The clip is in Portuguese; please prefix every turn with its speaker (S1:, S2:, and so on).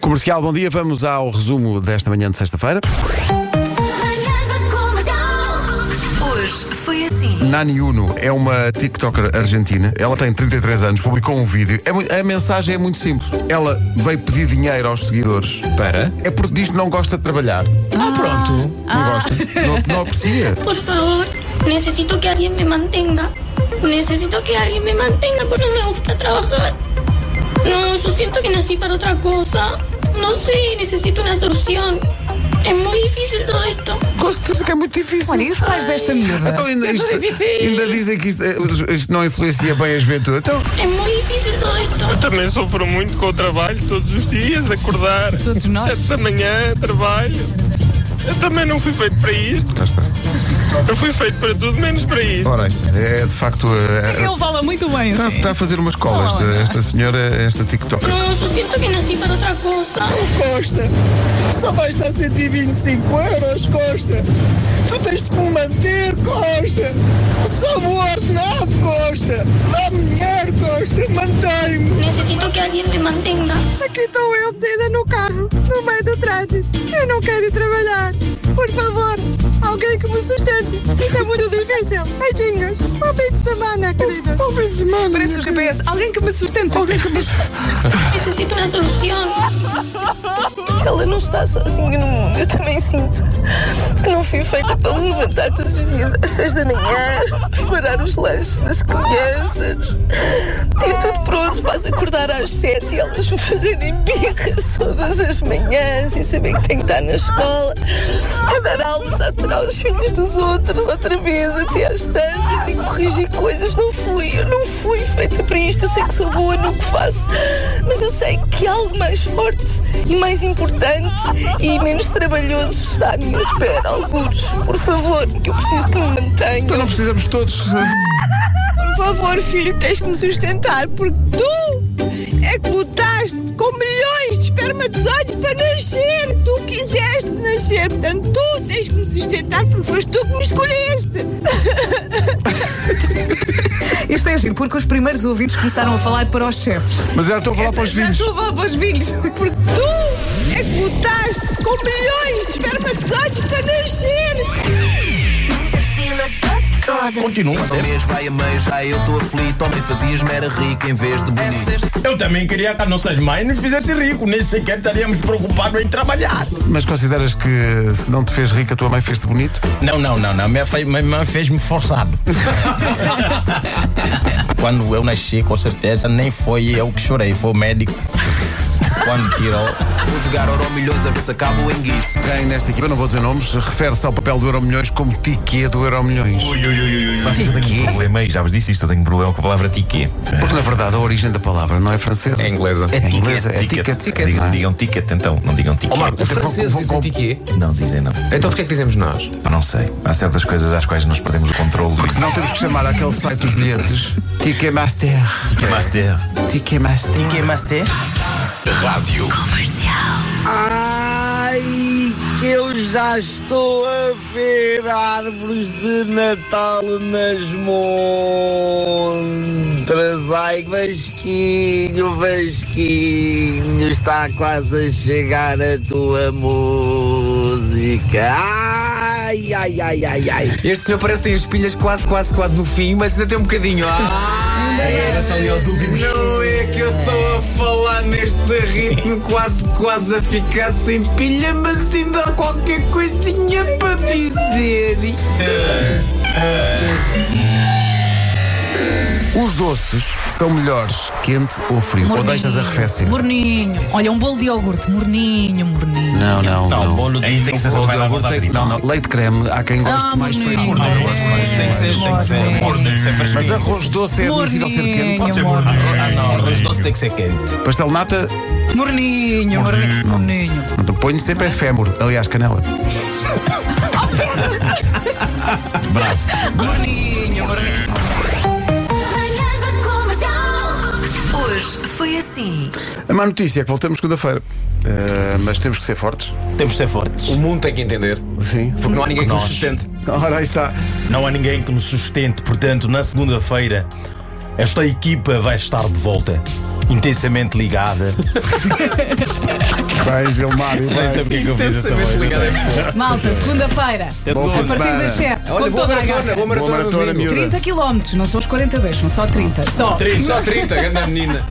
S1: Comercial, bom dia. Vamos ao resumo desta manhã de sexta-feira.
S2: Manhãs da Comercial. Hoje foi assim.
S1: Nani Uno é uma TikToker argentina. Ela tem 33 anos, publicou um vídeo. É mui- a mensagem é muito simples. Ela veio pedir dinheiro aos seguidores.
S3: Para?
S1: É porque diz que não gosta de trabalhar. Ah, pronto. Não gosta. Não, não aprecia.
S4: Por favor, necesito que alguien me mantenga. Necesito que alguien me mantenga porque no me gusta trabajar. No, yo siento que nací para otra cosa. No sé, necesito una solución. Es muy difícil todo esto.
S1: Com certeza que é muito difícil.
S5: Olha, e os pais desta miúda?
S1: Então, ainda, isto- ainda dizem que isto, eh, isto não influencia bem a juventude. Então,
S4: Es muy difícil todo esto.
S6: Também sofro muito com o trabalho todos os dias, acordar.
S5: Todos nós.
S6: Sete da manhã, trabalho. Eu também não fui feito para isto.
S1: já está.
S6: Eu fui feito para tudo menos para isto.
S1: Ora, é de facto. a- a-
S5: Então, Ele fala muito bem
S1: Está,
S5: assim.
S1: está a fazer uma escola esta, esta senhora, esta TikToker.
S4: No, yo siento que nací para otra cosa.
S7: Costa, só vais dar 125 euros, Costa. Tu tens de me manter, Costa. Só vou ordenado, Costa. Dá-me dinheiro, Costa. Mantém-me.
S4: Necesito que alguien me mantenga.
S7: Aqui estou eu metida no carro, no meio do trânsito. Eu não quero ir trabalhar. Por favor, alguém que me sustente. Isso é muito difícil. Beijinhos. Bom fim de semana, queridas. Bom fim de semana.
S5: Parece o GPS. Alguém que me sustente. Alguém que me
S4: Necesito una solución.
S8: Ela não está sozinha no mundo. Eu também sinto que não fui feita para me levantar todos os dias às seis da manhã, preparar os lanches das crianças, ter tudo pronto para as acordar às sete e elas me fazerem birras todas as manhãs e saber que tenho que estar na escola, a dar aulas, a tirar os filhos dos outros outra vez até às tantas e corrigir coisas. Não fui, eu não fui feita para isto. Eu sei que sou boa no que faço, mas eu sei que algo mais forte e mais importante e menos trabalhoso está à minha espera. Alguns, por favor, que eu preciso que me mantenham.
S1: Então Não precisamos todos.
S7: Por favor, filho, tens que me sustentar, porque tu é que lutaste com milhões de espermatozoides para nascer. Tu quiseste nascer, portanto, tu tens que me sustentar, porque foste tu que me escolheste.
S5: Isto é giro, porque os primeiros ouvidos começaram a falar para os chefes.
S1: Mas já estou a falar para os
S5: Já
S1: filhos.
S5: estou a falar para os filhos.
S7: Porque tu é que lutaste com milhões de espermatozoides para nascer.
S9: Continua. Férias vai a meio, já eu estou aflito. Homem, fazias-me era rico em vez de bonito.
S10: Eu também queria que as nossas mães nos fizessem rico, nem sequer estaríamos preocupados em trabalhar.
S1: Mas consideras que se não te fez rica, a tua mãe fez-te bonito?
S10: Não, não, não, não. Minha, fe- minha mãe fez-me forçado. Quando eu nasci, com certeza, nem foi eu que chorei, foi o médico. Quando tirou.
S9: Vou jogar ouro milhões a ver se acabo em guiço.
S1: Quem nesta equipa, não vou dizer nomes, refere-se ao papel do Euro Milhões como tiquê do Euro Milhões.
S11: Tiquê. Problema, e já vos disse isto, eu tenho um problema com a palavra tiquê.
S1: Porque na verdade a origem da palavra não é francesa.
S3: É inglesa.
S1: É inglesa, é
S11: ticket.
S1: ticket.
S11: Digam,
S1: não é?
S11: digam ticket, então, não digam tiquê.
S3: Ó Marco, os
S1: Até vou-
S3: franceses
S1: vou-
S3: dizem
S1: vou-
S3: tiquê?
S11: Não dizem não.
S3: Então porquê é que dizemos nós?
S11: Eu não sei. Há certas coisas às quais nós perdemos o controle.
S1: Porque senão temos que chamar aquele site dos bilhetes Ticketmaster.
S11: Tiquê master.
S1: Ticketmaster.
S10: Tiquê master?
S7: Ai, que eu já estou a ver árvores de Natal nas montras. Ai, Vasquinho, Vasquinho, está quase a chegar a tua música. Ai, ai, ai, ai, ai.
S3: Este senhor parece que tem as pilhas quase, quase, quase no fim, mas ainda tem um bocadinho. Ah, Não é que eu estou a falar neste ritmo, quase, quase a ficar sem pilha, mas ainda há qualquer coisinha para dizer.
S1: Os doces são melhores quente ou frio. Ou deixas arrefecer.
S5: Morninho. Olha, um bolo de iogurte. Morninho, morninho.
S1: Não, não, não.
S10: Não, bolo de.
S11: Aí tem que ser
S1: Ou
S11: só
S1: de
S11: vai dar
S1: iogurte,
S11: vontade de
S1: tem-
S11: gripe.
S1: não, não. Leite creme, há quem goste
S5: Ah,
S1: mais frio.
S5: morninho.
S10: Tem que ser. Tem que ser. Tem que ser
S1: Mas
S10: fresquinho.
S1: arroz doce é admissível ser quente.
S5: Morninho,
S11: ser
S5: amor.
S10: Ah, não, arroz doce tem que ser quente.
S1: Pastel de nata,
S5: morninho, morninho, morninho.
S1: ponho sempre é fémur. Aliás, canela.
S5: Morninho, morninho.
S2: Manhãs da Comercial. Hoje foi assim.
S1: A má notícia é que voltamos segunda-feira. Eh, mas temos que ser fortes.
S10: Temos de ser fortes.
S3: O mundo tem que entender,
S1: Sim.
S3: porque não há ninguém que nos
S10: Nós.
S9: é
S3: sustente.
S1: Ora, aí está.
S10: Não há ninguém que nos sustente, portanto, na segunda-feira, esta equipa vai estar de volta. Intensamente ligada.
S1: Bem, Gilmário.
S10: Nem sei porque é que eu fiz essa voz. não sei.
S5: Malta, segunda-feira.
S10: Esse bom
S5: A partir
S10: semana.
S5: das 7. com
S10: Olha, boa
S5: toda a
S10: maratona,
S5: garra.
S10: boa maratona Boa maratona, domingo. miúda.
S5: 30 km, não são os 42, são só 30. Só.
S6: Só 30, grande menina.